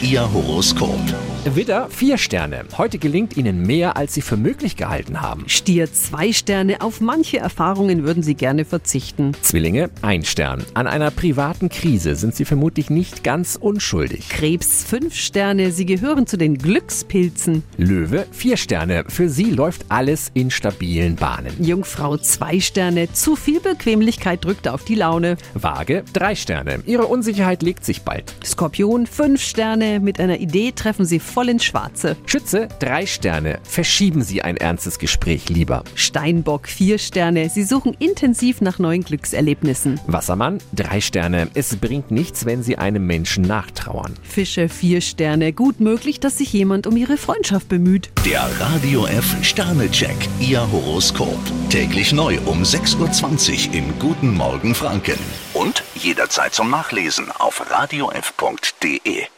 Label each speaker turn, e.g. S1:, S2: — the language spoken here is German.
S1: Ihr Horoskop.
S2: Widder, vier Sterne. Heute gelingt Ihnen mehr, als Sie für möglich gehalten haben.
S3: Stier zwei Sterne, auf manche Erfahrungen würden Sie gerne verzichten.
S2: Zwillinge, ein Stern. An einer privaten Krise sind Sie vermutlich nicht ganz unschuldig.
S3: Krebs fünf Sterne, Sie gehören zu den Glückspilzen.
S2: Löwe, vier Sterne. Für Sie läuft alles in stabilen Bahnen.
S3: Jungfrau zwei Sterne, zu viel Bequemlichkeit drückt auf die Laune.
S2: Waage, drei Sterne. Ihre Unsicherheit legt sich bald.
S3: Skorpion fünf Sterne, mit einer Idee treffen Sie voll ins Schwarze.
S2: Schütze, drei Sterne. Verschieben Sie ein ernstes Gespräch lieber.
S3: Steinbock vier Sterne, Sie suchen intensiv nach neuen Glückserlebnissen.
S2: Wassermann, drei Sterne. Es bringt nichts, wenn Sie einem Menschen nachtrauern.
S3: Fische vier Sterne, gut möglich, dass sich jemand um Ihre Freundschaft bemüht.
S1: Der Radio F Sternecheck, Ihr Horoskop. Täglich neu um 6.20 Uhr im Guten Morgen Franken. Und jederzeit zum Nachlesen auf radiof.de.